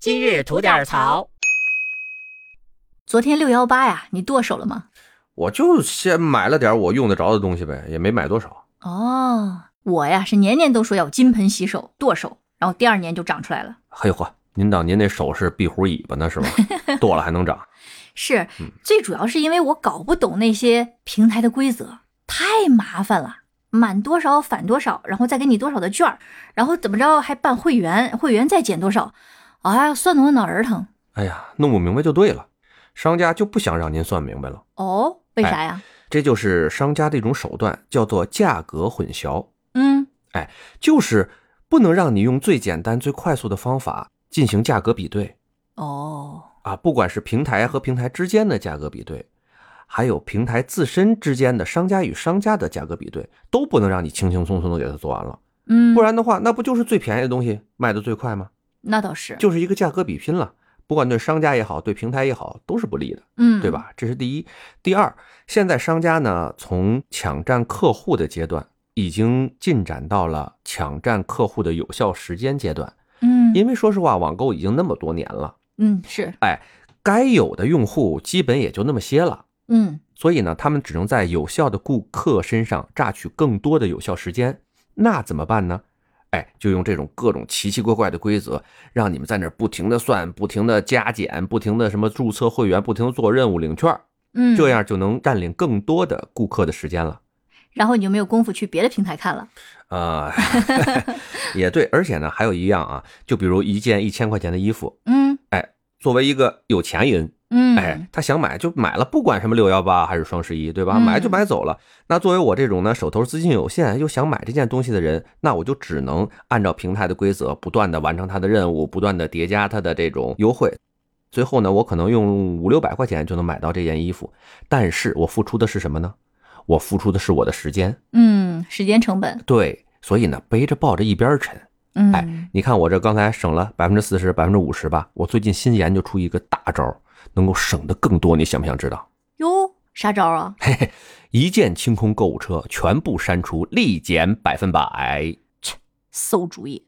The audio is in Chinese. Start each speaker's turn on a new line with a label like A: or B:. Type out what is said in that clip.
A: 今日吐点槽。
B: 昨天六幺八呀，你剁手了吗？
C: 我就先买了点我用得着的东西呗，也没买多少。
B: 哦，我呀是年年都说要金盆洗手、剁手，然后第二年就长出来了。
C: 嘿哎呵，您当您那手是壁虎尾巴呢是吧？剁了还能长？
B: 是，
C: 嗯
B: 最主要是因为我搞不懂那些平台的规则，太麻烦了。满多少返多少，然后再给你多少的券儿，然后怎么着还办会员，会员再减多少，哎呀，算得我脑仁儿疼。
C: 哎呀，弄不明白就对了，商家就不想让您算明白了，
B: 哦，为啥呀？
C: 这就是商家的一种手段，叫做价格混淆，
B: 嗯，
C: 就是不能让你用最简单、最快速的方法进行价格比对
B: 哦，
C: 啊，不管是平台和平台之间的价格比对。还有平台自身之间的商家与商家的价格比对，都不能让你轻轻松松的给它做完了，
B: 嗯，
C: 不然的话，那不就是最便宜的东西卖的最快吗？
B: 那倒是，
C: 就是一个价格比拼了，不管对商家也好，对平台也好，都是不利的，
B: 嗯，
C: 对？吧？这是第一。第二，现在商家呢，从抢占客户的阶段，已经进展到了抢占客户的有效时间阶段。
B: 嗯
C: 因为哎说实话，网购已经那么多年了，
B: 嗯是，
C: 该有的用户基本也就那么些了。
B: 嗯
C: 所以呢，他们只能在有效的顾客身上榨取更多的有效时间。那怎么办呢？哎，就用这种各种奇奇怪怪的规则，让你们在那儿不停的算，不停的加减，不停的什么注册会员，不停的做任务领券儿，
B: 嗯，
C: 这。样就能占领更多的顾客的时间了。
B: 然后你就没有功夫去别的平台看了。
C: 啊、也对，而且呢，还有一样啊，就比如一件一千块钱的衣服，
B: 嗯
C: 作为一个有钱人，
B: 嗯，
C: 哎，他想买就买了，不管什么六幺八还是双十一，对吧？
B: 嗯
C: 买就买走了。那作为我这种呢，手头资金有限又想买这件东西的人，那我就只能按照平台的规则，不断的完成他的任务，不断的叠加他的这种优惠。最后呢，我可能用五六百块钱就能买到这件衣服，但是我付出的是什么呢？我付出的是我的时间。
B: 嗯，时间成本，
C: 对，所以呢，背着抱着一边儿沉。
B: 嗯，
C: 哎你看我这刚才省了百分之四十、百分之五十吧，我最近新研究出一个大招儿，能够省得更多，你想不想知道？
B: 哟，啥招啊？
C: 一键清空购物车，全部删除，立减百分百。
B: 馊主意，